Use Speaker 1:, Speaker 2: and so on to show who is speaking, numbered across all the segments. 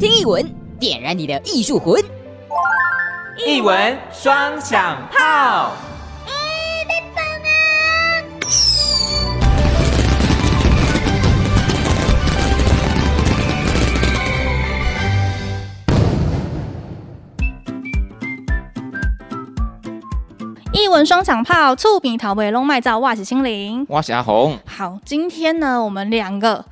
Speaker 1: 听一文，点燃你的艺术魂。
Speaker 2: 一文双响炮，
Speaker 3: 一文双响炮，醋饼桃尾龙麦照哇喜心灵。
Speaker 4: 我是阿红，
Speaker 3: 好，今天呢，我们两个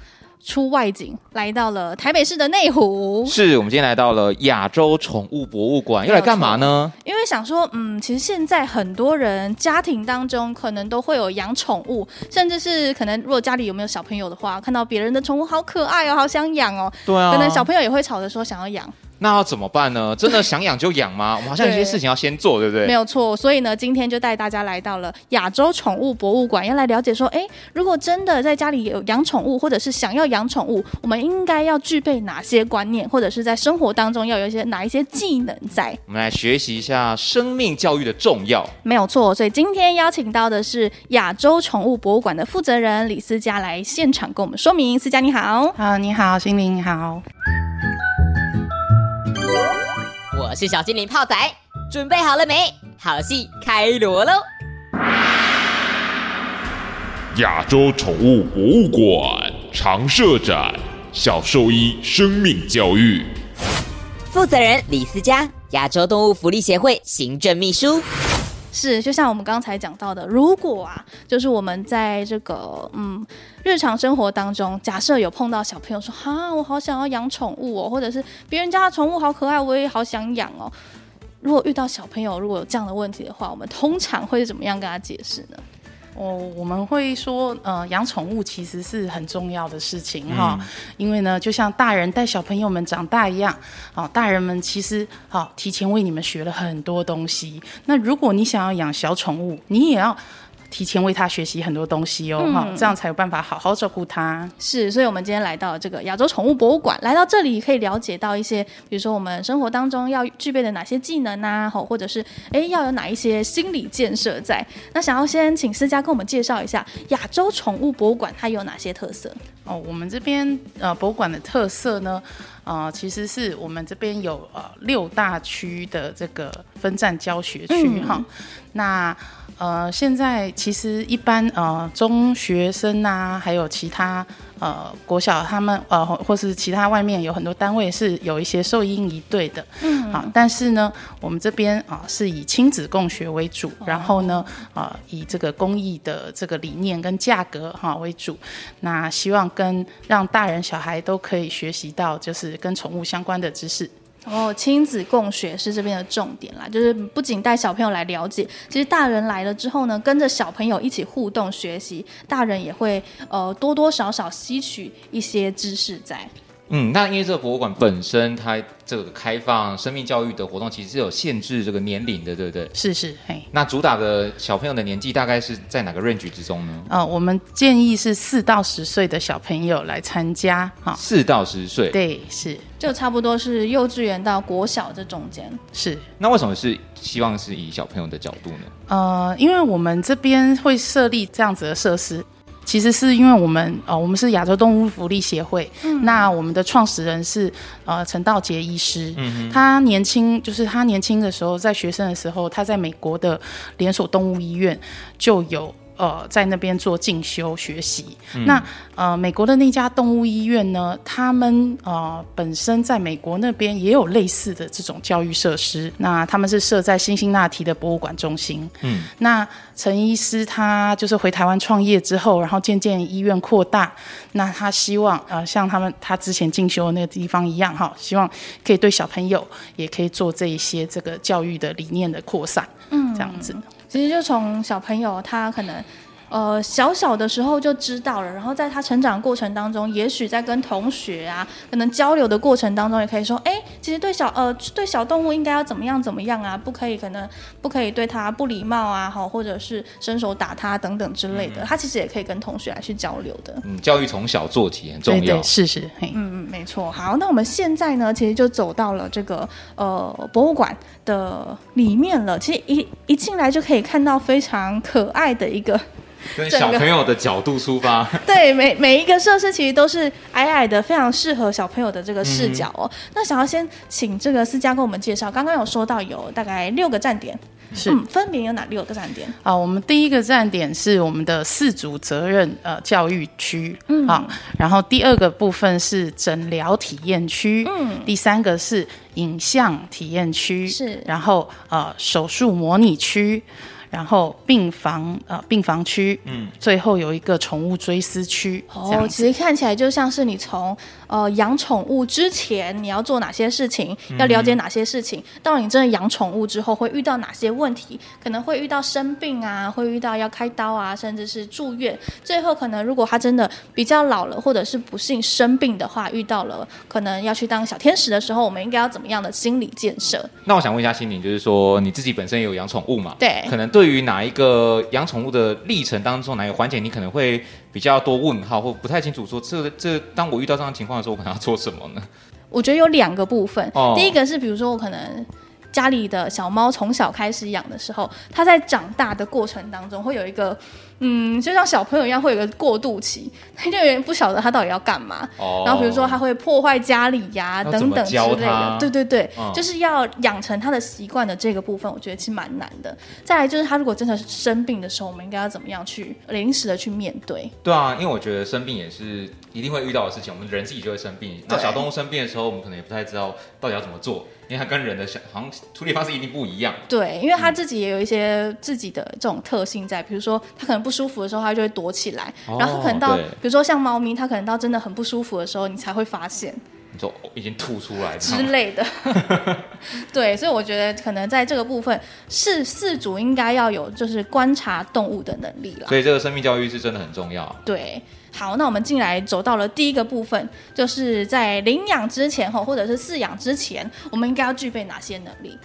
Speaker 3: 出外景，来到了台北市的内湖，
Speaker 4: 是我们今天来到了亚洲宠物博物馆，要来干嘛呢？
Speaker 3: 因为想说，嗯，其实现在很多人家庭当中可能都会有养宠物，甚至是可能如果家里有没有小朋友的话，看到别人的宠物好可爱哦，好想养哦，
Speaker 4: 对啊，
Speaker 3: 可能小朋友也会吵着说想要养，
Speaker 4: 那要怎么办呢？真的想养就养吗？我们好像有些事情要先做，对不
Speaker 3: 没
Speaker 4: 对？
Speaker 3: 有错。所以呢，今天就带大家来到了亚洲宠物博物馆，要来了解说，哎，如果真的在家里有养宠物，或者是想要养宠物，我们应该要具备哪些观念，或者是在生活当中要有一些哪一些技能在。
Speaker 4: 我们来学习一下生命教育的重要。
Speaker 3: 没有错，所以今天邀请到的是亚洲宠物博物馆的负责人李思佳来现场跟我们说明。思佳你好，
Speaker 5: 好，你好，心灵你好。
Speaker 1: 我是小精灵炮仔，准备好了没？好戏开锣喽！
Speaker 6: 亚洲宠物博物馆常设展《小兽医生命教育》。
Speaker 1: 负责人李思佳，亚洲动物福利协会行政秘书。
Speaker 3: 是就像我们刚才讲到的，如果啊，就是我们在这个嗯日常生活当中，假设有碰到小朋友说哈，我好想要养宠物哦，或者是别人家的宠物好可爱，我也好想养哦。如果遇到小朋友如果有这样的问题的话，我们通常会怎么样跟他解释呢？
Speaker 5: 哦，我们会说，呃，养宠物其实是很重要的事情哈、因为呢，就像大人带小朋友们长大一样，好、大人们其实好、提前为你们学了很多东西。那如果你想要养小宠物，你也要提前为它学习很多东西哦，哈、这样才有办法好好照顾它。
Speaker 3: 是，所以我们今天来到这个亚洲宠物博物馆，来到这里可以了解到一些，比如说我们生活当中要具备的哪些技能啊，吼，或者是诶要有哪一些心理建设在。那想要先请思佳跟我们介绍一下亚洲宠物博物馆它有哪些特色？
Speaker 5: 哦，我们这边呃博物馆的特色呢，呃，其实是我们这边有呃六大区的这个分站教学区哈、那呃，现在其实一般呃中学生呐、还有其他呃国小他们呃或或是其他外面有很多单位是有一些兽医一对的，嗯，好、但是呢，我们这边啊、是以亲子共学为主，然后呢，啊、以这个公益的这个理念跟价格哈、为主，那希望跟让大人小孩都可以学习到，就是跟宠物相关的知识。
Speaker 3: 哦，亲子共学是这边的重点啦，就是不仅带小朋友来了解，其实大人来了之后呢，跟着小朋友一起互动学习，大人也会呃多多少少吸取一些知识在。
Speaker 4: 嗯，那因为这个博物馆本身它这个开放生命教育的活动，其实是有限制这个年龄的，对不对？
Speaker 5: 是是，嘿，
Speaker 4: 那主打的小朋友的年纪大概是在哪个 range 之中呢？
Speaker 5: 呃，我们建议是四到十岁的小朋友来参加哈、
Speaker 4: 四到十岁。
Speaker 5: 哦对，是
Speaker 3: 就差不多是幼稚园到国小这中间。
Speaker 5: 是。
Speaker 4: 那为什么是希望是以小朋友的角度呢？
Speaker 5: 呃，因为我们这边会设立这样子的设施，其实是因为我们呃，我们是亚洲动物福利协会，那我们的创始人是呃陈道杰医师，他年轻就是他年轻的时候，在学生的时候，他在美国的连锁动物医院就有。呃，在那边做进修学习。那呃，美国的那家动物医院呢，他们呃本身在美国那边也有类似的这种教育设施。那他们是设在辛辛那提的博物馆中心。
Speaker 4: 嗯
Speaker 5: 那陈医师他就是回台湾创业之后，然后渐渐医院扩大，那他希望呃像他们他之前进修的那个地方一样哈，希望可以对小朋友也可以做这一些这个教育的理念的扩散，嗯，这样子。
Speaker 3: 其实就从小朋友他可能。呃，小小的时候就知道了，然后在他成长过程当中，也许在跟同学啊，可能交流的过程当中，也可以说，哎，其实对小呃对小动物应该要怎么样怎么样啊，不可以可能不可以对它不礼貌啊，好，或者是伸手打它等等之类的，他其实也可以跟同学来去交流的。
Speaker 4: 嗯，教育从小做起很重
Speaker 5: 对
Speaker 4: 要。
Speaker 5: 对，是是，嘿，
Speaker 3: 嗯嗯，没错。好，那我们现在呢，其实就走到了这个呃博物馆的里面了。其实一一进来就可以看到非常可爱的一个
Speaker 4: 跟
Speaker 3: 整
Speaker 4: 小
Speaker 3: 个
Speaker 4: 朋友的角度出 发，
Speaker 3: 对，每每一个设施其实都是矮矮的，非常适合小朋友的这个视角哦。那想要先请这个思佳跟我们介绍，刚刚有说到有大概六个站点，
Speaker 5: 是
Speaker 3: 嗯，分别有哪六个站点？
Speaker 5: 啊，我们第一个站点是我们的四组责任呃教育区，嗯，啊，然后第二个部分是诊疗体验区，嗯，第三个是影像体验区，
Speaker 3: 是
Speaker 5: 然后呃手术模拟区，然后病房呃病房区，嗯，最后有一个宠物追思区，这
Speaker 3: 哦
Speaker 5: 样，
Speaker 3: 其
Speaker 5: 子。
Speaker 3: 实看起来就像是你从呃养宠物之前你要做哪些事情，
Speaker 5: 嗯
Speaker 3: 要了解哪些事情，到你真的养宠物之后会遇到哪些问题，可能会遇到生病啊，会遇到要开刀啊，甚至是住院。最后可能如果它真的比较老了，或者是不幸生病的话，遇到了可能要去当小天使的时候，我们应该要怎么样的心理建设？
Speaker 4: 那我想问一下心灵，就是说你自己本身也有养宠物嘛？
Speaker 3: 对
Speaker 4: 可能对于哪一个养宠物的历程当中，哪个环节你可能会比较多问号，或不太清楚说这这当我遇到这样的情况的时候，我可能要做什么呢？
Speaker 3: 我觉得有两个部分，
Speaker 4: 哦
Speaker 3: 第一个是比如说我可能。家里的小猫从小开始养的时候，它在长大的过程当中会有一个，嗯，就像小朋友一样会有一个过渡期，它就有点不晓得它到底要干嘛。
Speaker 4: 哦
Speaker 3: 然后比如说它会破坏家里呀、
Speaker 4: 要怎
Speaker 3: 等
Speaker 4: 么
Speaker 3: 等之
Speaker 4: 教
Speaker 3: 类的
Speaker 4: 它，
Speaker 3: 对对对，
Speaker 4: 嗯
Speaker 3: 就是要养成它的习惯的这个部分，我觉得其实蛮难的。再来就是它如果真的是生病的时候，我们应该要怎么样去临时的去面对？
Speaker 4: 对啊，因为我觉得生病也是一定会遇到的事情，我们人自己就会生病。那
Speaker 3: 对
Speaker 4: 小动物生病的时候，我们可能也不太知道到底要怎么做，因为它跟人的想好像处理方式一定不一样。
Speaker 3: 对，因为
Speaker 4: 嗯
Speaker 3: 他自己也有一些自己的这种特性在，比如说他可能不舒服的时候，他就会躲起来，
Speaker 4: 哦
Speaker 3: 然后他可能到，
Speaker 4: 对
Speaker 3: 比如说像猫咪，它可能到真的很不舒服的时候，你才会发现
Speaker 4: 你说哦已经吐出来
Speaker 3: 之
Speaker 4: 这样
Speaker 3: 类 的。对，所以我觉得可能在这个部分，是饲主应该要有就是观察动物的能力啦
Speaker 4: 所。以这个生命教育是真的很重要。
Speaker 3: 对，好，那我们进来走到了第一个部分，就是在领养之前吼，或者是饲养之前，我们应该要具备哪些能力？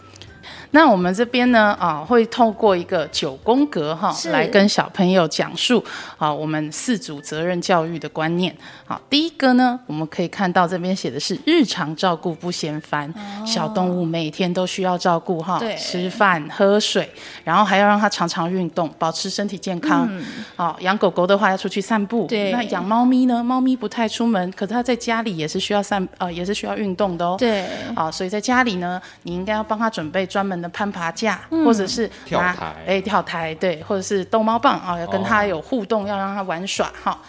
Speaker 5: 那我们这边呢啊，会透过一个九宫格哈
Speaker 3: 是
Speaker 5: 来跟小朋友讲述啊我们四组责任教育的观念。好，第一个呢，我们可以看到这边写的是日常照顾不嫌烦，小动物每天都需要照顾哈
Speaker 3: 哦对，
Speaker 5: 吃饭喝水，然后还要让它常常运动，保持身体健康。好、养狗狗的话要出去散步，
Speaker 3: 嗯对
Speaker 5: 那养猫咪呢，猫咪不太出门，可是它在家里也是需要散呃也是需要运动的哦。
Speaker 3: 对，
Speaker 5: 啊，所以在家里呢，你应该要帮他准备专门的攀爬架，
Speaker 3: 嗯
Speaker 5: 或者是
Speaker 4: 跳
Speaker 5: 拿
Speaker 4: 台哦
Speaker 5: 哎，跳台对，或者是逗猫棒啊，要跟他有互动，要让他玩耍哈。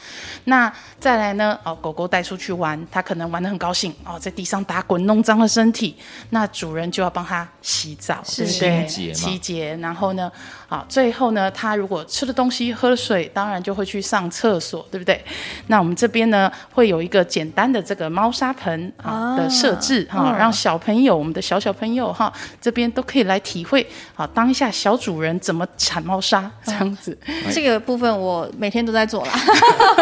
Speaker 5: 那再来呢，哦，狗狗带出去玩，它可能玩得很高兴哦，在地上打滚，弄脏了身体，那主人就要帮它洗澡，
Speaker 3: 是
Speaker 5: 对不对？
Speaker 4: 清洁嘛
Speaker 5: 清洁，然后呢，啊，最后呢，它如果吃了东西、喝了水，当然就会去上厕所，对不对？那我们这边呢，会有一个简单的这个猫砂盆啊的设置哈，让小朋友，我们的小小朋友哈，这边都可以来体会啊，当一下小主人怎么铲猫砂这样子。
Speaker 4: 哎
Speaker 3: 这个部分我每天都在做啦。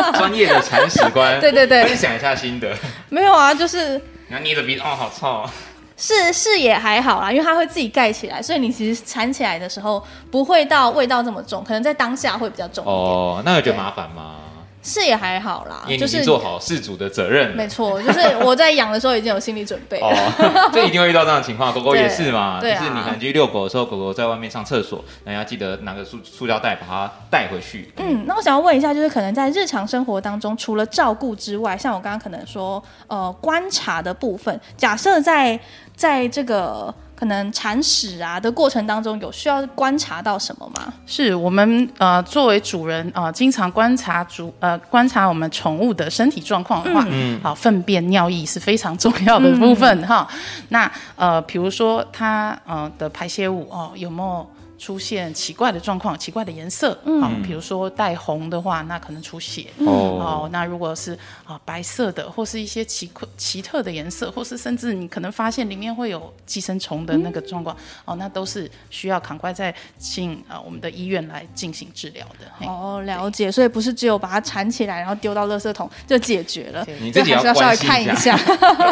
Speaker 4: 专业的铲屎官，
Speaker 3: 对对对
Speaker 4: 分享一下心得。
Speaker 3: 没有啊，就是
Speaker 4: 你要捏着鼻子，哦，好臭哦、
Speaker 3: 是是也还好啦，因为它会自己盖起来，所以你其实缠起来的时候不会到味道这么重，可能在当下会比较重一点。
Speaker 4: 哦，那有觉得麻烦吗？
Speaker 3: 是也还好啦
Speaker 4: 因为，你
Speaker 3: 啊就
Speaker 4: 已经
Speaker 3: 是
Speaker 4: 做好事主的责任了。
Speaker 3: 没错，就是我在养的时候已经有心理准备了。
Speaker 4: 哦，这一定会遇到这样的情况，狗狗也是嘛，就
Speaker 3: 对对啊
Speaker 4: 是你可能去遛狗的时候，狗狗在外面上厕所，那你要记得拿个塑塑料袋把它带回去。
Speaker 3: 嗯，那我想要问一下，就是可能在日常生活当中，除了照顾之外，像我刚刚可能说，呃，观察的部分，假设在在这个可能铲屎啊的过程当中，有需要观察到什么吗？
Speaker 5: 是我们呃作为主人啊、呃经常观察主呃观察我们宠物的身体状况的话，好，粪便尿液是非常重要的部分、哈。那呃，比如说它呃的排泄物哦、有没有？出现奇怪的状况，奇怪的颜色，嗯，比如说带红的话，那可能出血，哦，，那如果是啊、白色的，或是一些奇困奇特的颜色，或是甚至你可能发现里面会有寄生虫的那个状况，哦，那都是需要赶快再进啊、呃我们的医院来进行治疗的。嘿
Speaker 3: 哦，了解，所以不是只有把它缠起来，然后丢到垃圾桶就解决了，
Speaker 5: 对
Speaker 4: 你
Speaker 3: 这
Speaker 4: 自
Speaker 3: 还
Speaker 4: 己
Speaker 3: 是要稍
Speaker 4: 关
Speaker 3: 微
Speaker 4: 心
Speaker 3: 看一
Speaker 4: 一
Speaker 3: 下
Speaker 4: 下，。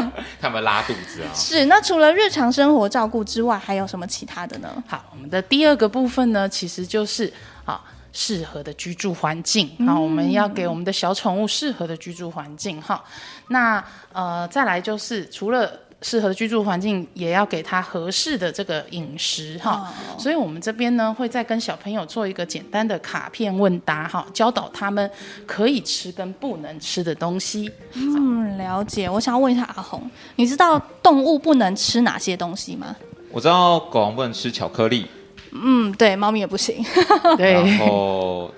Speaker 4: 看有没有拉肚子啊？
Speaker 3: 是，那除了日常生活照顾之外，还有什么其他的呢？
Speaker 5: 好，我们的第二个部分呢，其实就是啊。适合的居住环境
Speaker 3: 嗯
Speaker 5: 啊，我们要给我们的小宠物适合的居住环境哈。那呃，再来就是除了适合的居住环境，也要给它合适的这个饮食哈。
Speaker 3: 哦
Speaker 5: 所以我们这边呢，会再跟小朋友做一个简单的卡片问答哈，教导他们可以吃跟不能吃的 东西。
Speaker 3: 嗯，了解。我想要问一下阿红，你知道动物不能吃哪些东西吗？
Speaker 4: 我知道狗王不能吃巧克力，
Speaker 3: 嗯，对，猫咪也不 行。
Speaker 5: 对
Speaker 4: 然，后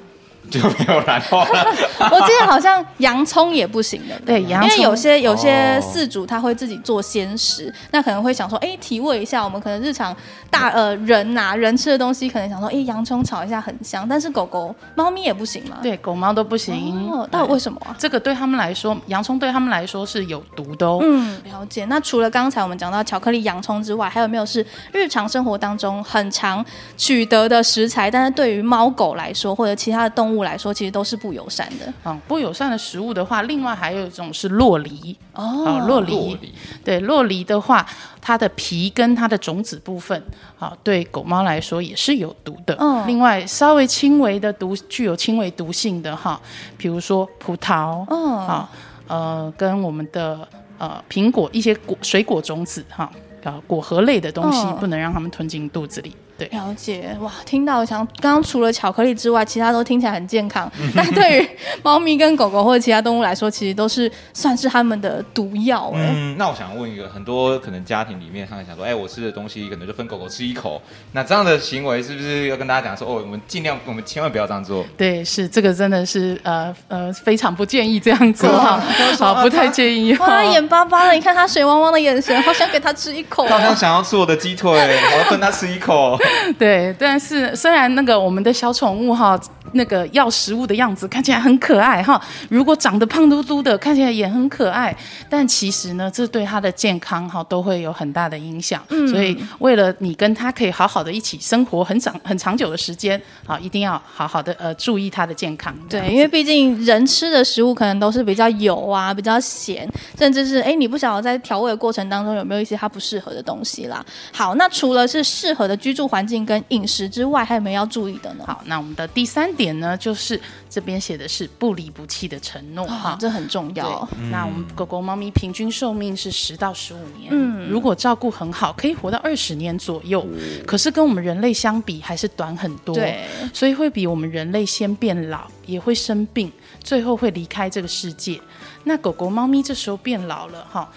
Speaker 4: 就没有然后了。
Speaker 3: 我记得好像洋葱也不行的。
Speaker 5: 对，洋
Speaker 3: 因为
Speaker 5: 葱
Speaker 3: 有些有些
Speaker 4: 哦
Speaker 3: 饲主他会自己做鲜食，那可能会想说，哎，提味一下，我们可能日常大呃人呐、人吃的东西，可能想说，哎，洋葱炒一下很香，但是狗狗、猫咪也不行嘛。
Speaker 5: 对狗猫都不行。
Speaker 3: 哦，到底为
Speaker 5: 么？
Speaker 3: 什么啊？
Speaker 5: 这个对他们来说，洋葱对他们来说是有毒的哦。
Speaker 3: 嗯，了解。那除了刚才我们讲到巧克力、洋葱之外，还有没有是日常生活当中很常取得的食材，但是对于猫狗来说，或者其他的动物来说，其实都是不友善的？
Speaker 5: 啊，不友善的食物的话，另外还有一种是洛梨。
Speaker 3: 哦
Speaker 5: 啊，
Speaker 4: 洛
Speaker 5: 洛梨，
Speaker 4: 梨
Speaker 5: 对洛梨的话，它的皮跟它的种子部分，啊，对狗猫来说也是有毒的。
Speaker 3: 嗯
Speaker 5: 另外稍微轻微的毒，具有轻微毒性的哈，比如说葡萄，
Speaker 3: 嗯
Speaker 5: 啊，呃，跟我们的呃苹果一些果水果种子哈，啊，果核类的东西
Speaker 3: 嗯
Speaker 5: 不能让它们吞进肚子里。对，
Speaker 3: 了解哇，听到想刚刚除了巧克力之外，其他都听起来很健康，但对于猫咪跟狗狗或者其他动物来说，其实都是算是它们的毒药哎、
Speaker 4: 嗯，那我想问一个，很多可能家庭里面，他们想说，哎、我吃的东西可能就分狗狗吃一口，那这样的行为是不是要跟大家讲说，哦，我们尽量，我们千万不要这样做。
Speaker 5: 对，是这个真的是呃呃非常不建议这样做 哈，
Speaker 4: 啊
Speaker 5: 好，不太建议
Speaker 3: 哇，
Speaker 5: 哈。
Speaker 3: 眼巴巴的，你看它水汪汪的眼神，好想给它吃一口、
Speaker 4: 他好像
Speaker 3: 啊。
Speaker 4: 想要吃我的鸡腿，我要分他吃一口。
Speaker 5: 对，但是虽然那个我们的小宠物哈，那个要食物的样子看起来很可爱哈，如果长得胖嘟嘟的，看起来也很可爱，但其实呢，这对它的健康哈都会有很大的影响。
Speaker 3: 嗯
Speaker 5: 所以为了你跟它可以好好的一起生活很长很长久的时间，啊，一定要好好的呃注意它的健康。
Speaker 3: 对，因为毕竟人吃的食物可能都是比较油啊，比较咸，甚至是哎，你不晓得在调味的过程当中有没有一些它不适合的东西啦。好，那除了是适合的居住环境跟饮食之外，还有没有要注意的呢？
Speaker 5: 好，那我们的第三点呢，就是这边写的是不离不弃的承诺哈、
Speaker 3: 啊，这很重要。
Speaker 5: 对，那我们狗狗、猫咪平均寿命是十到十五年，嗯，如果照顾很好，可以活到二十年左右。可是跟我们人类相比，还是短很多，
Speaker 3: 对，
Speaker 5: 所以会比我们人类先变老，也会生病，最后会离开这个世界。那狗狗、猫咪这时候变老了，哈。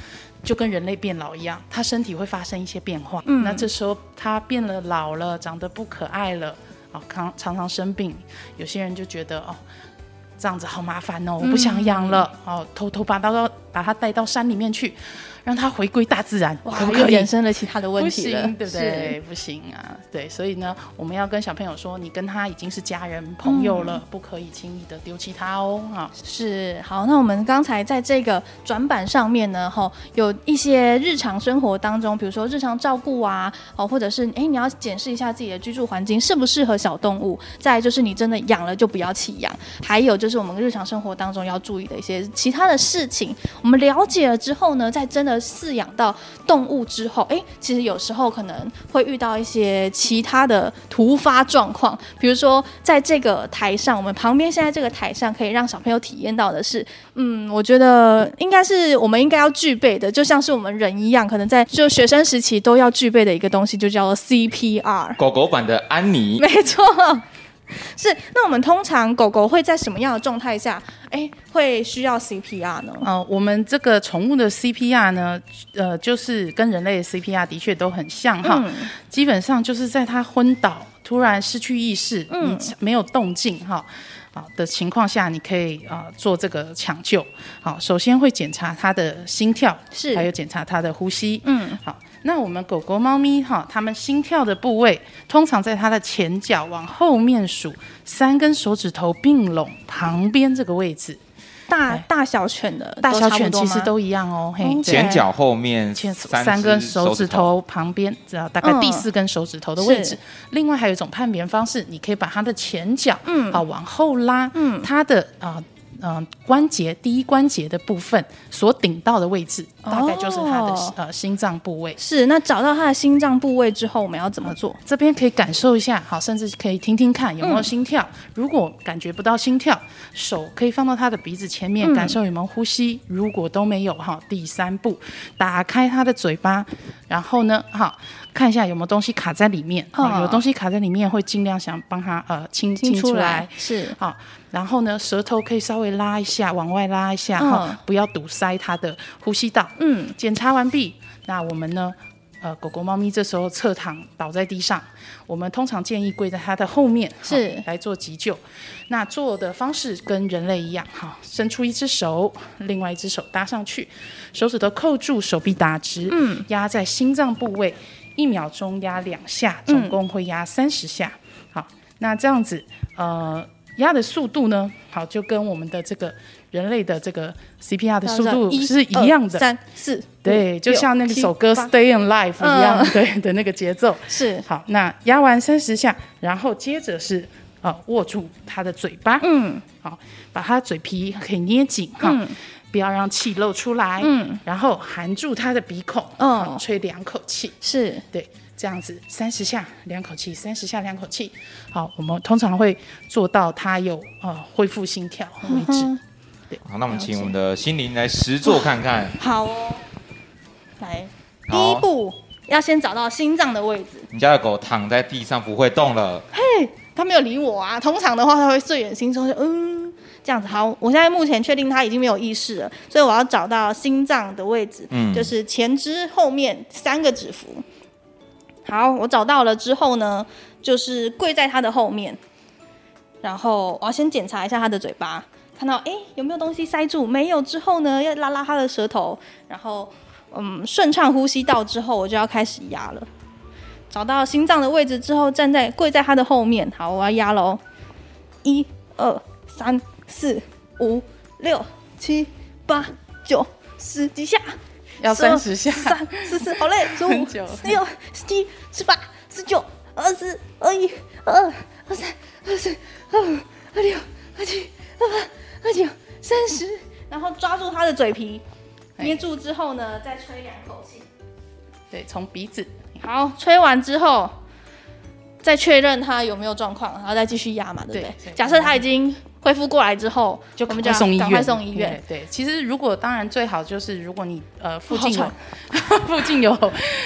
Speaker 5: 就跟人类变老一样，它身体会发生一些变化。那这时候它变了老了，长得不可爱了，啊，常常常生病。有些人就觉得哦，这样子好麻烦哦，我不想养了，哦，偷偷把它到把它带到山里面去，让它回归大自然，
Speaker 3: 哇，
Speaker 5: 可不
Speaker 3: 又
Speaker 5: 可以
Speaker 3: 衍？生了其他的问
Speaker 5: 不
Speaker 3: 题了，
Speaker 5: 行，对不
Speaker 3: 是？
Speaker 5: 对？不行啊，对，所以呢，我们要跟小朋友说，你跟他已经是家人、朋友了，不可以轻易的丢弃他哦，啊，
Speaker 3: 是好，那我们刚才在这个转板上面呢，吼，有一些日常生活当中，比如说日常照顾啊，哦，或者是哎，你要检视一下自己的居住环境适不适合小动物。再来就是你真的养了就不要弃养，还有就是我们日常生活当中要注意的一些其他的事情。我们了解了之后呢，在真的饲养到动物之后，哎，其实有时候可能会遇到一些其他的突发状况，比如说在这个台上，我们旁边现在这个台上可以让小朋友体验到的是，嗯，我觉得应该是我们应该要具备的，就像是我们人一样，可能在就学生时期都要具备的一个东西，就叫做 CPR。
Speaker 4: 狗狗版的安妮，
Speaker 3: 没错，是。那我们通常狗狗会在什么样的状态下，哎，会需要 CPR 呢？
Speaker 5: 呃，我们这个宠物的 CPR 呢，呃，就是跟人类的 CPR 的确都很像哈，
Speaker 3: 嗯
Speaker 5: 基本上就是在它昏倒、突然失去意识、
Speaker 3: 嗯
Speaker 5: 你没有动静哈。啊的情况下，你可以啊、呃做这个抢救。好，首先会检查它的心跳，
Speaker 3: 是
Speaker 5: 还有检查它的呼吸。
Speaker 3: 嗯，
Speaker 5: 好，那我们狗狗、猫咪哈，它们心跳的部位通常在它的前脚往后面数，三根手指头并拢旁边这个位置。
Speaker 3: 大
Speaker 5: 哎
Speaker 3: 大小犬的
Speaker 5: 大
Speaker 3: 都
Speaker 5: 小
Speaker 3: 差不
Speaker 5: 犬
Speaker 3: 多
Speaker 5: 其实
Speaker 3: 吗
Speaker 5: 都一样哦，嘿，
Speaker 3: 哦
Speaker 5: 对
Speaker 4: 前脚后面
Speaker 5: 前
Speaker 4: 三
Speaker 5: 三根
Speaker 4: 只
Speaker 5: 手指
Speaker 4: 指头，
Speaker 5: 头旁边，只要大概
Speaker 3: 嗯
Speaker 5: 第四根手指头的位
Speaker 3: 是
Speaker 5: 置。另外还有一种判别方式，你可以把它的前脚，
Speaker 3: 嗯
Speaker 5: 啊往后拉，
Speaker 3: 嗯
Speaker 5: 它的啊。嗯、呃关节第一关节的部分所顶到的位置，大概就是它的、
Speaker 3: 哦
Speaker 5: 呃心脏部位。
Speaker 3: 是，那找到他的心脏部位之后，我们要怎么做？
Speaker 5: 这边可以感受一下，好，甚至可以听听看有没有心跳。如果感觉不到心跳，手可以放到他的鼻子前面，
Speaker 3: 嗯
Speaker 5: 感受有没有呼吸。如果都没有，哈，第三步，打开他的嘴巴，然后呢，哈，看一下有没有东西卡在里面。
Speaker 3: 哦
Speaker 5: 好，有东西卡在里面，会尽量想帮他呃清
Speaker 3: 听
Speaker 5: 出来
Speaker 3: 来。是
Speaker 5: 好，然后呢，舌头可以稍微拉一下，往外拉一下，
Speaker 3: 嗯
Speaker 5: 哈、不要堵塞它的呼吸道。
Speaker 3: 嗯，
Speaker 5: 检查完毕，那我们呢，呃，狗狗、猫咪这时候侧躺倒在地上，我们通常建议跪在它的后面，好
Speaker 3: 是
Speaker 5: 来做急救。那做的方式跟人类一样，好，伸出一只手，另外一只手搭上去，手指头扣住手臂打直，嗯，压在心脏部位，一秒钟压两下，
Speaker 3: 嗯
Speaker 5: 总共会压三十下。好，那这样子，呃，压的速度呢，好，就跟我们的这个人类的这个 CPR 的速度是一样的，
Speaker 3: 三四
Speaker 5: 对，就像那个首歌《
Speaker 3: 是
Speaker 5: Stay in Life》一样，
Speaker 3: 嗯
Speaker 5: 对的那个节奏。
Speaker 3: 是
Speaker 5: 好，那压完三十下，然后接着是呃握住它的嘴巴，
Speaker 3: 嗯
Speaker 5: 好，把它嘴皮可以捏紧哈，
Speaker 3: 嗯
Speaker 5: 不要让气漏出来，
Speaker 3: 嗯，
Speaker 5: 然后含住它的鼻孔，
Speaker 3: 哦
Speaker 5: 好吹两口气，
Speaker 3: 是
Speaker 5: 对，这样子三十下两口气，三十下两口气。好，我们通常会做到它有呃恢复心跳为止。
Speaker 3: 嗯
Speaker 4: 好，那我们请我们的心灵来实做看看。
Speaker 3: 好哦。来，第
Speaker 4: 好
Speaker 3: 一步要先找到心脏的位置。
Speaker 4: 你家的狗躺在地上不会动了，
Speaker 3: 他没有理我啊。通常的话，他会睡眼惺忪，就嗯这样子。好，我现在目前确定他已经没有意识了，所以我要找到心脏的位置，
Speaker 4: 嗯
Speaker 3: 就是前肢后面三个指腹。好，我找到了之后呢，就是跪在他的后面，然后我要先检查一下他的嘴巴，看到诶有没有东西塞住，没有之后呢，要拉拉他的舌头，然后嗯顺畅呼吸道之后，我就要开始压了。找到心脏的位置之后，站在跪在他的后面。好，我要压喽，一、二、三、四、五、六、七、八、九、十几下，
Speaker 5: 要
Speaker 3: 十二
Speaker 5: 30
Speaker 3: 十
Speaker 5: 下
Speaker 3: 三、十四，好累，十五
Speaker 5: 很、久
Speaker 3: 十六、十七、十八、十九、二十、二一、二二、二三、二四、二五、二六、二七、二八、二九、三十，然后抓住他的嘴皮，
Speaker 5: 哎
Speaker 3: 捏住之后呢，再吹两口气。
Speaker 5: 对，从鼻子
Speaker 3: 好，吹完之后再确认他有没有状况，然后再继续压嘛，对不对
Speaker 5: 对？对
Speaker 3: 假设他已经恢复过来之后，就我们就
Speaker 5: 赶快
Speaker 3: 要
Speaker 5: 送医
Speaker 3: 赶快
Speaker 5: 院，
Speaker 3: 送医院。
Speaker 5: 对。对，其实如果当然最好就是，如果你呃附近
Speaker 3: 好
Speaker 5: 有 附近有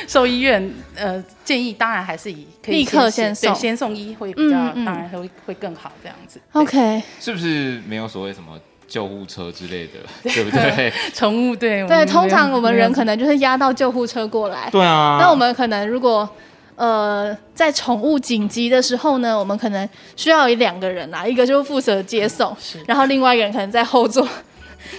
Speaker 5: 兽医院，呃，建议当然还是以可以
Speaker 3: 立刻先
Speaker 5: 对
Speaker 3: 送
Speaker 5: 先送医会比较，
Speaker 3: 嗯嗯
Speaker 5: 当然会会更好这样子。
Speaker 3: OK，
Speaker 4: 是不是没有所谓什么救护车之类的，对不对？
Speaker 5: 对宠物对我
Speaker 3: 对，
Speaker 5: 们没
Speaker 3: 通
Speaker 5: 有
Speaker 3: 常我们
Speaker 5: 没有
Speaker 3: 人可能就是压到救护车过来。
Speaker 4: 对啊。
Speaker 3: 那我们可能如果呃在宠物紧急的时候呢，我们可能需要有两个人啦，一个就是负责接送，然后另外一个人可能在后座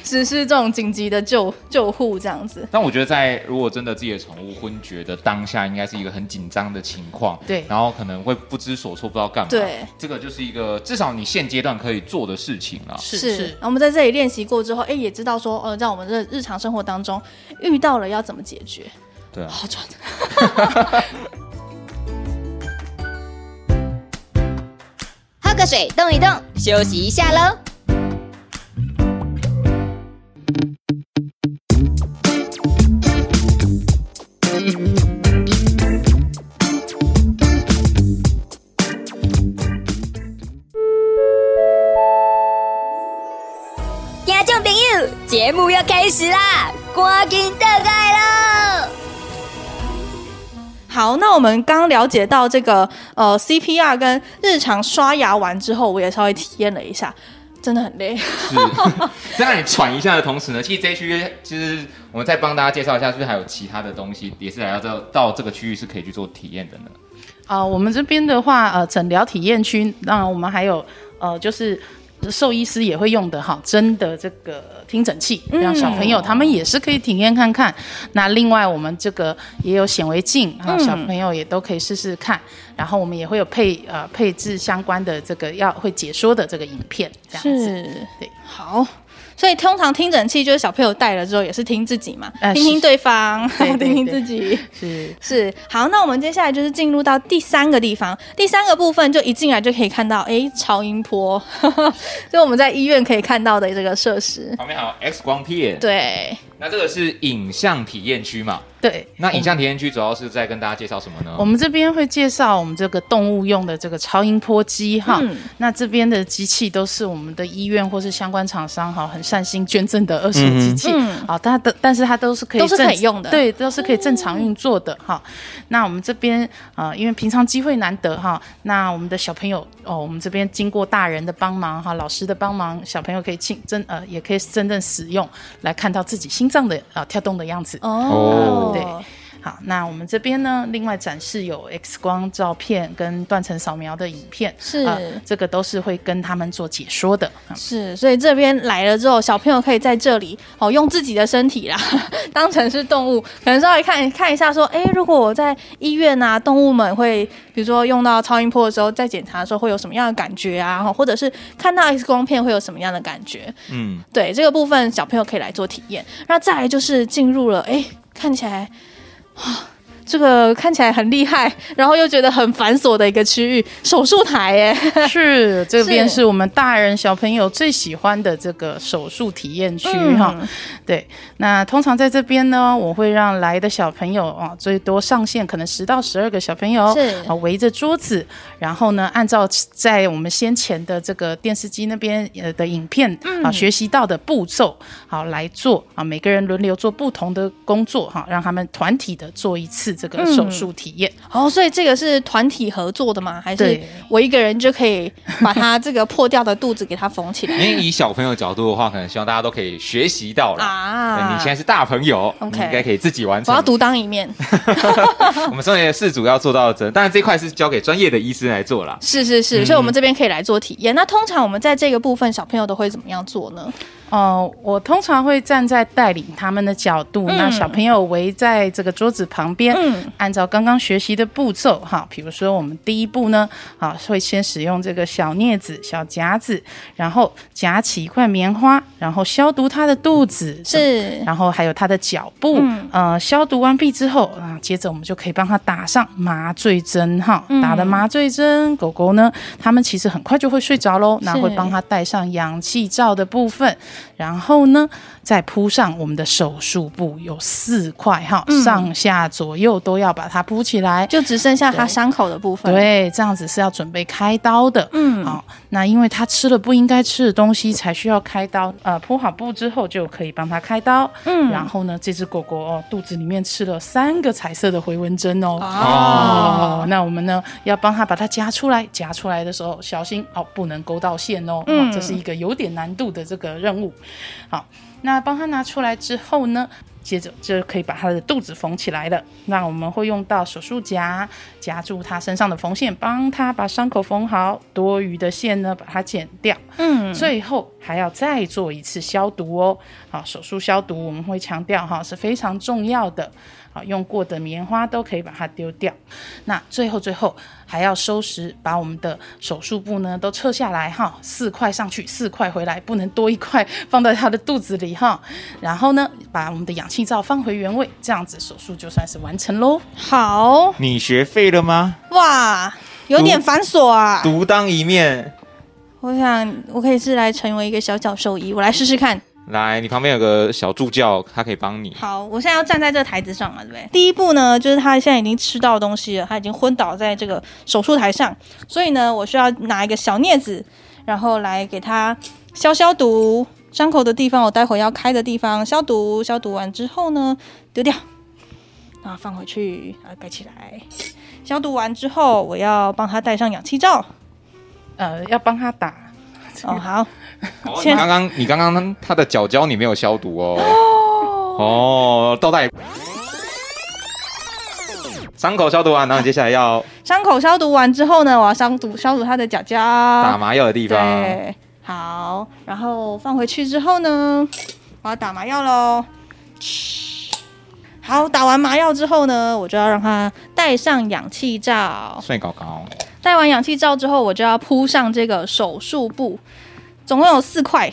Speaker 3: 实施这种紧急的救救护这样子。
Speaker 4: 但我觉得，在如果真的自己的宠物昏厥的当下，应该是一个很紧张的情况，
Speaker 5: 对
Speaker 4: 然后可能会不知所措，不知道干嘛，
Speaker 3: 对，
Speaker 4: 这个就是一个至少你现阶段可以做的事情了。
Speaker 5: 是
Speaker 3: 是，
Speaker 5: 是
Speaker 3: 然后我们在这里练习过之后，哎，也知道说，呃，在我们的日常生活当中遇到了要怎么解决，
Speaker 4: 对啊，
Speaker 3: 好赚的。
Speaker 1: 喝个水，动一动，休息一下喽。听众朋友，节目要开始啦，赶紧倒来喽！
Speaker 3: 好，那我们刚了解到这个呃 CPR 跟日常刷牙完之后，我也稍微体验了一下，真的很累。
Speaker 4: 是 在让你喘一下的同时呢，其实这一区域其实我们再帮大家介绍一下，是不是还有其他的东西也是来到这到这个区域是可以去做体验 的呢？
Speaker 5: 啊、我们这边的话，呃，诊疗体验区，当然我们还有呃，就是。兽医师也会用的哈，真的这个听诊器，让小朋友他们也是可以体验看看。那另外我们这个也有显微镜啊，小朋友也都可以试试看。然后我们也会有配呃配置相关的这个要会解说的这个影片，这样子。对，
Speaker 3: 好，所以通常听诊器就是小朋友戴了之后也是听自己嘛，
Speaker 5: 呃
Speaker 3: 听听对方，
Speaker 5: 对对
Speaker 3: 听听
Speaker 5: 对
Speaker 3: 自己。
Speaker 5: 是
Speaker 3: 是好，那我们接下来就是进入到第三个地方。第三个部分就一进来就可以看到，诶，超音波， 就我们在医院可以看到的这个设施。
Speaker 4: 旁边还有 X 光片，
Speaker 3: 对，
Speaker 4: 那这个是影像体验区嘛？
Speaker 5: 对。
Speaker 4: 那影像体验区主要是在跟大家介绍什么呢？
Speaker 5: 我们这边会介绍我们这个动物用的这个超音波机哈，
Speaker 3: 嗯
Speaker 5: 那这边的机器都是我们的医院或是相关厂商哈很善心捐赠的二手机器，
Speaker 3: 嗯
Speaker 5: 好、但它但是它都是可以
Speaker 3: 都是
Speaker 5: 正
Speaker 3: 可以用的
Speaker 5: 对，都是可以正常运作的哈、那我们这边呃，因为平常机会难得哈，那我们的小朋友哦，我们这边经过大人的帮忙哈，老师的帮忙，小朋友可以亲真呃，也可以真正使用来看到自己心脏的啊、呃跳动的样子。
Speaker 3: 哦，
Speaker 5: 对好，那我们这边呢，另外展示有 X 光照片跟断层扫描的影片，
Speaker 3: 是
Speaker 5: 啊这个都是会跟他们做解说的。啊
Speaker 3: 是，所以这边来了之后，小朋友可以在这里哦，用自己的身体啦， 当成是动物，可能稍微看看一下，说，诶，如果我在医院啊，动物们会，比如说用到超音波的时候，在检查的时候会有什么样的感觉啊，哦或者是看到 X 光片会有什么样的感觉？
Speaker 4: 嗯，
Speaker 3: 对这个部分，小朋友可以来做体验。那再来就是进入了，哎，看起来，哇，这个看起来很厉害，然后又觉得很繁琐的一个区域，手术台耶，
Speaker 5: 是，这 边
Speaker 3: 是
Speaker 5: 是我们大人小朋友最喜欢的这个手术体验区
Speaker 3: 嗯
Speaker 5: 哈、对，那通常在这边呢，我会让来的小朋友啊，最多上限可能十到十二个小朋友
Speaker 3: 是
Speaker 5: 啊，围着桌子，然后呢，按照在我们先前的这个电视机那边呃的影片、啊学习到的步骤，好、来做啊，每个人轮流做不同的工作哈、让他们团体的做一次这个手术体验。
Speaker 3: 哦，所以这个是团体合作的吗？还是
Speaker 5: 对
Speaker 3: 我一个人就可以把他这个破掉的肚子给他缝起来
Speaker 4: 因为以小朋友角度的话，可能希望大家都可以学习到了。
Speaker 3: 啊
Speaker 4: 对？你现在是大朋友
Speaker 3: OK
Speaker 4: 你应该可以自己完
Speaker 3: 我
Speaker 4: 成。
Speaker 3: 要独当一面，
Speaker 4: 我们身为事主要做到的责任，当然这一块是交给专业的医师来做啦。
Speaker 3: 是是是，所以我们这边可以来做体验。那通常我们在这个部分，小朋友都会怎么样做呢？
Speaker 5: 哦，我通常会站在带领他们的角度，那小朋友围在这个桌子旁边，
Speaker 3: 嗯
Speaker 5: 按照刚刚学习的步骤哈，比如说我们第一步呢，啊，会先使用这个小镊子、小夹子，然后夹起一块棉花，然后消毒他的肚子，
Speaker 3: 是
Speaker 5: 然后还有他的脚部，
Speaker 3: 嗯
Speaker 5: 呃，消毒完毕之后啊，接着我们就可以帮他打上麻醉针哈，
Speaker 3: 嗯
Speaker 5: 打了麻醉针，狗狗呢，它们其实很快就会睡着喽，那
Speaker 3: 是
Speaker 5: 会帮它戴上氧气罩的部分，然后呢，再铺上我们的手术布，有四块哈，
Speaker 3: 嗯
Speaker 5: 上下左右都要把它铺起来。
Speaker 3: 就只剩下他伤口的部分。
Speaker 5: 对，这样子是要准备开刀的。
Speaker 3: 嗯
Speaker 5: 好、那因为他吃了不应该吃的东西，才需要开刀。呃，铺好布之后就可以帮他开刀。
Speaker 3: 嗯
Speaker 5: 然后呢，这只狗狗哦，肚子里面吃了三个彩色的回纹针哦。
Speaker 3: 哦
Speaker 5: 哦，那我们呢要帮他把它夹出来，夹出来的时候小心哦，不能勾到线哦。
Speaker 3: 嗯
Speaker 5: 哦这是一个有点难度的这个任务。好，那帮他拿出来之后呢，接着就可以把他的肚子缝起来了。那我们会用到手术夹夹住他身上的缝线，帮他把伤口缝好，多余的线呢把它剪掉。
Speaker 3: 嗯，
Speaker 5: 最后还要再做一次消毒哦。好，手术消毒我们会强调哈是非常重要的。好，用过的棉花都可以把它丢掉。那最后最后还要收拾，把我们的手术布呢都撤下来哈，四块上去，四块回来，不能多一块放在它的肚子里哈。然后呢，把我们的氧气罩放回原位，这样子手术就算是完成喽。
Speaker 3: 好
Speaker 4: 你学废了吗？
Speaker 3: 哇，有点繁琐啊。
Speaker 4: 独当一面。
Speaker 3: 我想我可以是来成为一个小小兽医，我来试试看。
Speaker 4: 来，你旁边有个小助教，他可以帮你。
Speaker 3: 好，我现在要站在这台子上嘛，对不对？第一步呢，就是他现在已经吃到东西了，他已经昏倒在这个手术台上，所以呢，我需要拿一个小镊子，然后来给他消消毒伤口的地方，我待会要开的地方消毒，消毒完之后呢，丢掉，然后放回去，然后盖起来。消毒完之后，我要帮他戴上氧气罩。
Speaker 5: 呃，要帮他打
Speaker 3: 哦，好，
Speaker 4: 哦
Speaker 3: 先
Speaker 4: 你刚刚你刚刚他的脚胶你没有消毒哦。哦，倒带。伤口消毒完，然后你接下来要
Speaker 3: 伤口消毒完之后呢，我要消毒消毒他的脚脚。
Speaker 4: 打麻药的地方。
Speaker 3: 对，好，然后放回去之后呢，我要打麻药喽。好，打完麻药之后呢，我就要让它戴上氧气罩。
Speaker 4: 睡高高，
Speaker 3: 戴完氧气罩之后，我就要铺上这个手术布，总共有四块。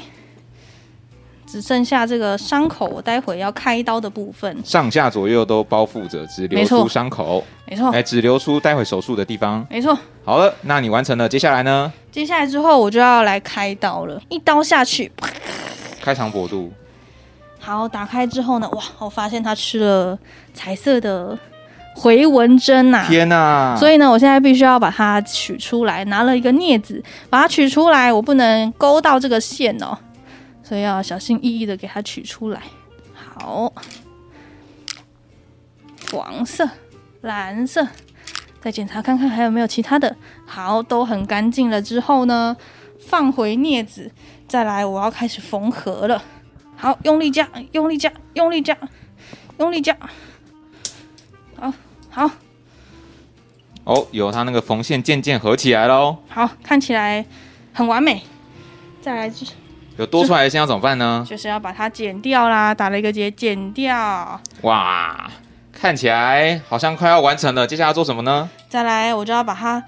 Speaker 3: 只剩下这个伤口，我待会要开刀的部分。
Speaker 4: 上下左右都包覆着，只留
Speaker 3: 没错哦
Speaker 4: 出伤口，
Speaker 3: 没错，
Speaker 4: 哎，只留出待会手术的地方。
Speaker 3: 没错。
Speaker 4: 好了，那你完成了，接下来呢？
Speaker 3: 接下来之后，我就要来开刀了，一刀下去，啪
Speaker 4: 开肠破肚，
Speaker 3: 好，打开之后呢，哇，我发现他吃了彩色的回纹针呐、
Speaker 4: 天哪、
Speaker 3: 啊所
Speaker 4: 以
Speaker 3: 以呢，我现在必须要把它取出来，拿了一个镊子把它取出来，我不能勾到这个线哦，所以要小心翼翼的给它取出来。好，黄色、蓝色，再检查看看还有没有其他的。好，都很干净了之后呢，放回镊子，再来我要开始缝合了。好，用力夹，用力夹，用力夹，用力夹。好，好。
Speaker 4: 哦，有它那个缝线渐渐合起来喽，
Speaker 3: 好，看起来很完美。再来就是
Speaker 4: 有多出来的线要怎么办呢？
Speaker 3: 就是要把它剪掉啦，打了一个结，剪掉。
Speaker 4: 哇，看起来好像快要完成了，接下来要做什么呢？
Speaker 3: 再来，我就要把它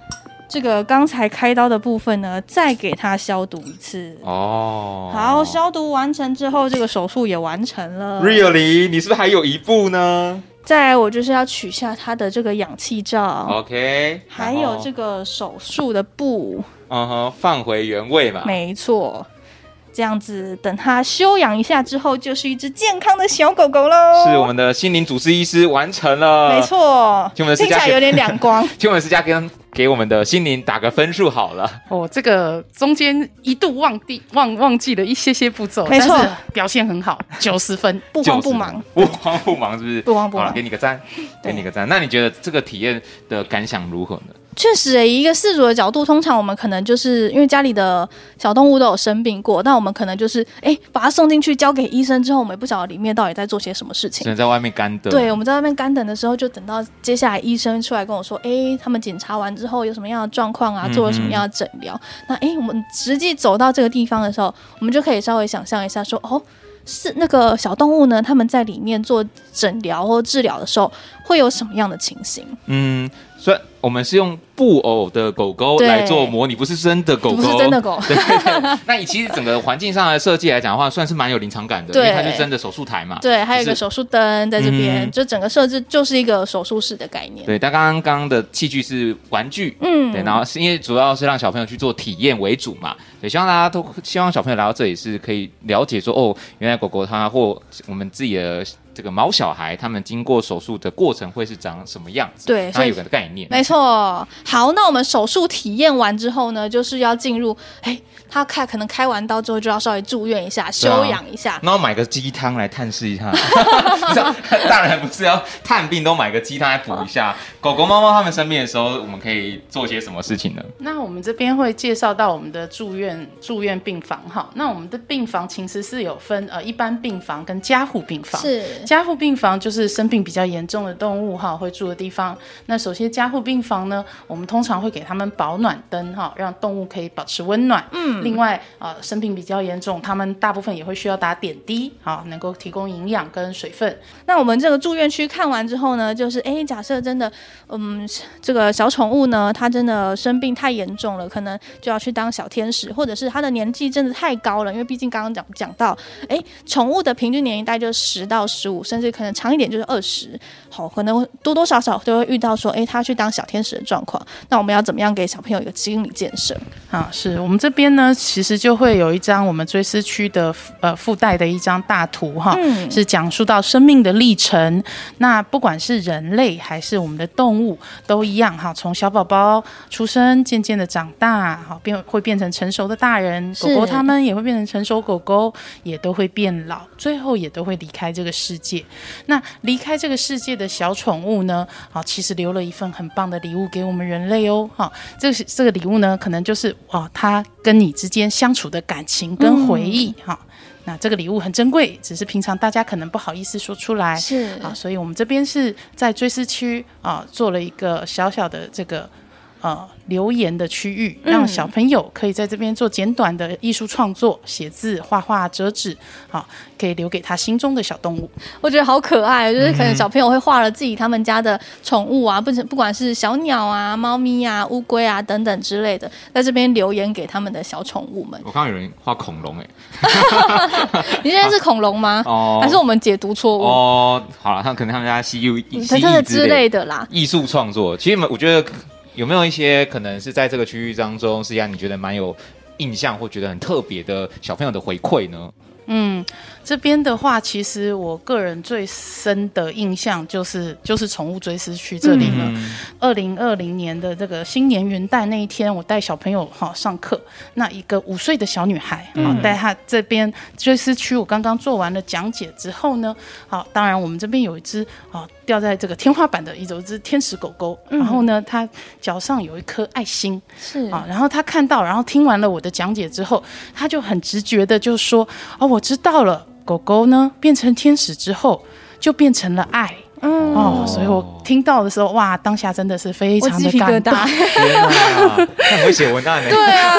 Speaker 3: 这个刚才开刀的部分呢，再给它消毒一次。
Speaker 4: 哦，
Speaker 3: 好，消毒完成之后，这个手术也完成了。
Speaker 4: Really，你是不是还有一步呢
Speaker 3: 再来，我就是要取下它的这个氧气
Speaker 4: 哦
Speaker 3: 罩，
Speaker 4: ？OK，
Speaker 3: 哦还有这
Speaker 4: 个，
Speaker 3: 个手术的布。
Speaker 4: 嗯哼，放回原位嘛。
Speaker 3: 没错，这样子等它休养一下之后，就是一只健康的小狗狗喽。
Speaker 4: 是我们的心灵主治医师完成了，
Speaker 3: 没。错，
Speaker 4: 请我们的私
Speaker 3: 听
Speaker 4: 家
Speaker 3: 起来
Speaker 4: 学
Speaker 3: 有点两 光。
Speaker 4: 请我们私家跟给我们的心灵打个分数好了。
Speaker 5: 哦，这个中间一度忘记忘忘记了一些些步骤，
Speaker 3: 没错
Speaker 5: 但是表现很好，九十分。
Speaker 3: 不
Speaker 4: 就
Speaker 3: 慌
Speaker 4: 是
Speaker 3: 不忙，，
Speaker 4: 不慌不忙是不是？
Speaker 3: 不慌不忙
Speaker 4: 好了给你个赞，
Speaker 3: 对
Speaker 4: 给你个赞。那你觉得这个体验的感想如何呢？
Speaker 3: 确实、欸，以一个饲主的角度，通常我们可能就是因为家里的小动物都有生病过，那我们可能就是哎、欸把它送进去交给医生之后，我们也不晓得里面到底在做些什么事
Speaker 4: 只
Speaker 3: 情。
Speaker 4: 能在外面干等。
Speaker 3: 对，我们在外面干等的时候，就等到接下来医生出来跟我说，哎、他们检查完之后有什么样的状况啊，
Speaker 4: 嗯
Speaker 3: 做了什么样的诊疗。那哎、欸我们实际走到这个地方的时候，我们就可以稍微想象一下说哦，是那个小动物呢，他们在里面做诊疗或治疗的时候，会有什么样的情形？
Speaker 4: 嗯，所以我们是用布偶的狗狗
Speaker 3: 对
Speaker 4: 来做模拟，不是真的狗狗，
Speaker 3: 不是真的狗
Speaker 4: 对。对对那你其实整个环境上的设计来讲的话，算是蛮有临场感的，因
Speaker 3: 对
Speaker 4: 为它是真的手术台嘛。
Speaker 3: 对，还有一个
Speaker 4: 就是
Speaker 3: 手术灯在这边，
Speaker 4: 嗯
Speaker 3: 就整个设置就是一个手术室的概念。
Speaker 4: 对，但刚刚刚刚的器具是玩具。
Speaker 3: 嗯，
Speaker 4: 对，然后是因为主要是让小朋友去做体验为主嘛，对，希望大家都希望小朋友来到这里是可以了解说，哦，原来狗狗它或我们自己的这个毛小孩，他们经过手术的过程会是长什么样子，
Speaker 3: 对
Speaker 4: 让
Speaker 3: 所
Speaker 4: 他
Speaker 3: 以
Speaker 4: 有个概念。
Speaker 3: 没错。好，那我们手术体验完之后呢，就是要进入，哎，他开可能开完刀之后就要稍微住院一下，休
Speaker 4: 对啊
Speaker 3: 养一下。
Speaker 4: 那我买个鸡汤来探视一 下，你知道当然不是要探病都买个鸡汤来补一 下。狗狗、猫猫它们生病的时候，我们可以做些什么事情呢？
Speaker 5: 嗯那我们这边会介绍到我们的住院住院病房哈。那我们的病房其实是有分呃一般病房跟加护病房。
Speaker 3: 是
Speaker 5: 加护病房就是生病比较严重的动物哈会住的地方。那首先加护病房呢，我们通常会给他们保暖灯哈，让动物可以保持温暖。嗯，另外呃生病比较严重，他们大部分也会需要打点滴啊，能够提供营养跟水分。
Speaker 3: 那我们这个住院区看完之后呢，就是哎，诶假设真的，嗯，这个小宠物呢，它真的生病太严重了，可能就要去当小天使，或者是它的年纪真的太高了，因为毕竟刚刚讲讲到，哎，宠物的平均年龄大概就是十到十五，甚至可能长一点就是二十，好，可能多多少少都会遇到说，哎，它去当小天使的状况，那我们要怎么样给小朋友一个心理建设？
Speaker 5: 啊，是我们这边呢，其实就会有一张我们追思区的呃附带的一张大图哈，
Speaker 3: 嗯
Speaker 5: 是讲述到生命的历程。那不管是人类还是我们的动物，都一样哈，从小宝宝出生，渐渐的长大，好变会变成成熟的大人，狗
Speaker 3: 是
Speaker 5: 狗它们也会变成成熟狗狗，也都会变老，最后也都会离开这个世界。那离开这个世界的小宠物呢，好、其实留了一份很棒的礼物给我们人类哦，哈、这是这个礼物呢，可能就是哇，它跟你之间相处的感情跟回忆
Speaker 3: 嗯
Speaker 5: 哈、那这个礼物很珍贵，只是平常大家可能不好意思说出来。
Speaker 3: 是
Speaker 5: 啊，所以我们这边是在追思区啊做了一个小小的这个呃留言的区域，
Speaker 3: 嗯
Speaker 5: 让小朋友可以在这边做简短的艺术创作，写字、画画、折纸，好、可以留给他心中的小动物。
Speaker 3: 我觉得好可爱，就是可能小朋友会画了自己他们家的宠物啊，不是不管是小鸟啊、猫咪啊、乌龟啊等等之类的，在这边留言给他们的小宠物们。
Speaker 4: 我看到有人画恐龙，哎，
Speaker 3: 你现在是恐龙吗？
Speaker 4: 哦
Speaker 3: 还是我们解读错误？嗯
Speaker 4: 哦，好了，他可能他们家西游
Speaker 3: 等
Speaker 4: 西
Speaker 3: 等
Speaker 4: 蜴
Speaker 3: 之
Speaker 4: 之
Speaker 3: 类
Speaker 4: 类
Speaker 3: 的啦。
Speaker 4: 艺术创作，其实我觉得有没有一些可能是在这个区域当中，是让你觉得蛮有印象或觉得很特别的小朋友的回馈呢？
Speaker 5: 嗯，这边的话，其实我个人最深的印象就是就是宠物追思区这里了。二零二零年的这个新年元旦那一天，我带小朋友哈、上课，那一个五岁的小女孩啊、带她这边追思区，我刚刚做完了讲解之后呢，好、当然我们这边有一只啊、掉在这个天花板的一种一只天使狗狗，然后呢，它脚上有一颗爱心，
Speaker 3: 是
Speaker 5: 啊，然后他看到，然后听完了我的讲解之后，他就很直觉的就说：“哦，我知道了，狗狗呢变成天使之后就变成了爱。”
Speaker 3: 嗯
Speaker 5: 哦，所以我听到的时候，哇，当下真的是非
Speaker 3: 我
Speaker 5: 常
Speaker 3: 鸡
Speaker 5: 的
Speaker 3: 皮疙
Speaker 5: 感动。
Speaker 3: 瘩。
Speaker 4: 天啊，那很会写文 案呢。对，
Speaker 3: 啊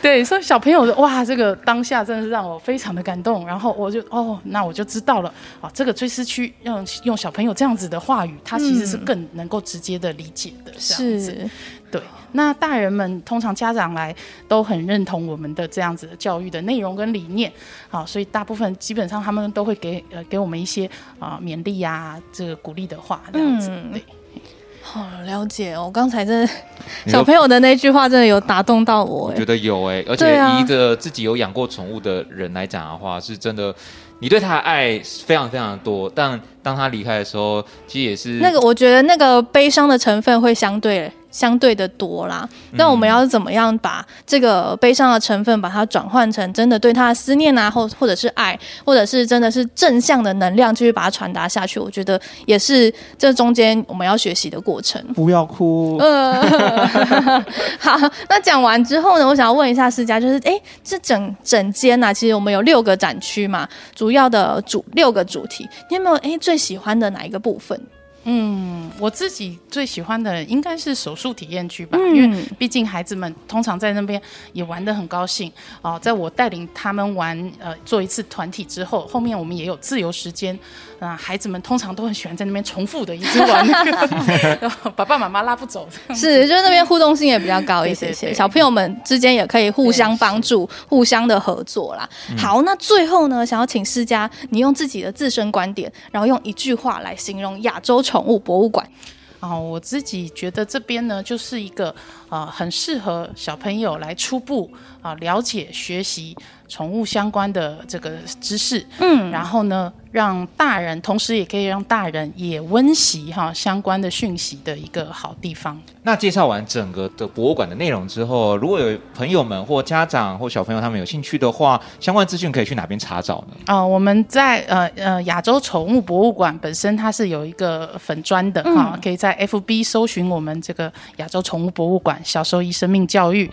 Speaker 5: 对，所以小朋友的哇，这个当下真的是让我非常的感动。然后我就哦，那我就知道了啊，这个追思区让用小朋友这样子的话语，他其实是
Speaker 3: 嗯
Speaker 5: 更能够直接的理解的。这样子。
Speaker 3: 是，
Speaker 5: 对，那大人们通常家长来都很认同我们的这样子的教育的内容跟理念，啊，所以大部分基本上他们都会给呃给我们一些啊、勉励呀、这个鼓励的话这样子，
Speaker 3: 嗯
Speaker 5: 对，
Speaker 3: 好、了解哦。刚才真的
Speaker 4: 你
Speaker 3: 小
Speaker 4: 就
Speaker 3: 朋友的那句话真的有打动到我
Speaker 4: 我
Speaker 3: 哎
Speaker 4: 觉。得有哎，而
Speaker 3: 对
Speaker 4: 且
Speaker 3: 啊
Speaker 4: 以一个自己有养过宠物的人来讲的话，是真的，你对它的爱是非常非常多，但当它离开的时候，其实也是
Speaker 3: 那个，我觉得那个悲伤的成分会相对相对的多啦。
Speaker 4: 嗯
Speaker 3: 那我们要怎么样把这个悲伤的成分，把它转换成真的对他的思念啊，或或者是爱，或者是真的是正向的能量，继续把它传达下去？我觉得也是这中间我们要学习的过程。
Speaker 4: 不要哭。
Speaker 3: 呃， 好，那讲完之后呢，我想要问一下思佳，就是哎，诶这整整间呐、其实我们有六个展区嘛，主要的主六个主题，你有没有哎最喜欢的哪一个部分？
Speaker 5: 嗯，我自己最喜欢的应该是手术体验区吧，
Speaker 3: 嗯
Speaker 5: 因为毕竟孩子们通常在那边也玩得很高兴哦、在我带领他们玩呃做一次团体之后，后面我们也有自由时间，那、孩子们通常都很喜欢在那边重复的一直 玩 那个，然后爸爸妈妈拉不走。
Speaker 3: 是，就是那边互动性也比较高一些
Speaker 5: 对对
Speaker 3: 些，
Speaker 5: 对
Speaker 3: 小朋友们之间也可以互相帮助、互相的合作啦。
Speaker 5: 嗯
Speaker 3: 好，那最后呢，想要请思佳，你用自己的自身观点，然后用一句话来形容亚洲宠物博物馆。
Speaker 5: 啊、我自己觉得这边呢，就是一个呃，很适合小朋友来初步啊、了解学习宠物相关的这个知识，
Speaker 3: 嗯
Speaker 5: 然后呢，让大人，同时也可以让大人也温习哈、相关的讯息的一个好地方。
Speaker 4: 那介绍完整个的博物馆的内容之后，如果有朋友们或家长或小朋友他们有兴趣的话，相关资讯可以去哪边查找呢？
Speaker 5: 啊、我们在呃呃亚洲宠物博物馆本身它是有一个粉砖的哈、可以在 FB 搜寻我们这个亚洲宠物博物馆小兽医生命教育。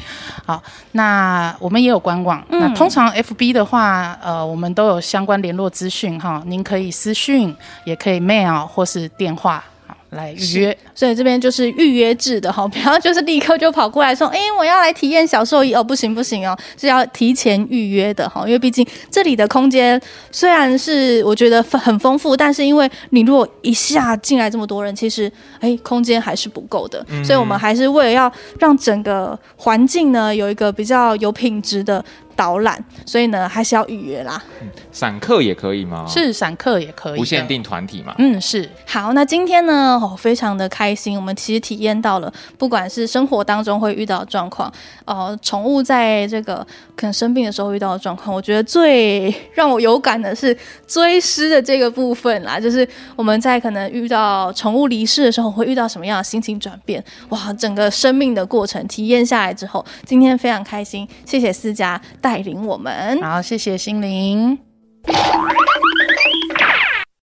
Speaker 5: 好，那我们也有官网，那通常 FB 的话，呃，我们都有相关联络资讯哈，您可以私讯，也可以 mail 或是电话。好来预约，
Speaker 3: 所以这边就是预约制的哈，不 要就是立刻就跑过来说，哎、我要来体验小兽医哦，不行不行哦，是要提前预约的哈，因为毕竟这里的空间虽然是我觉得很丰富，但是因为你如果一下进来这么多人，其实哎、空间还是不够的，所以我们还是为了要让整个环境呢有一个比较有品质的导览，所以呢还是要预约啦。
Speaker 4: 散客也可以吗？，
Speaker 5: 是散客也可以，
Speaker 4: 不限。定团体嘛？
Speaker 5: 嗯，是
Speaker 3: 好，那今天呢，哦，非常的开心，我们其实体验到了，不管是生活当中会遇到的状况，呃，宠物在这个可能生病的时候遇到的状况，我觉得最 让我有感的是追思的这个部分啦，就是我们在可能遇到宠物离世的时候，会遇到什么样的心情转变？哇，整个生命的过程体验下来之后，今天非常开心，谢谢思佳带领我们。
Speaker 5: 好，谢谢心灵。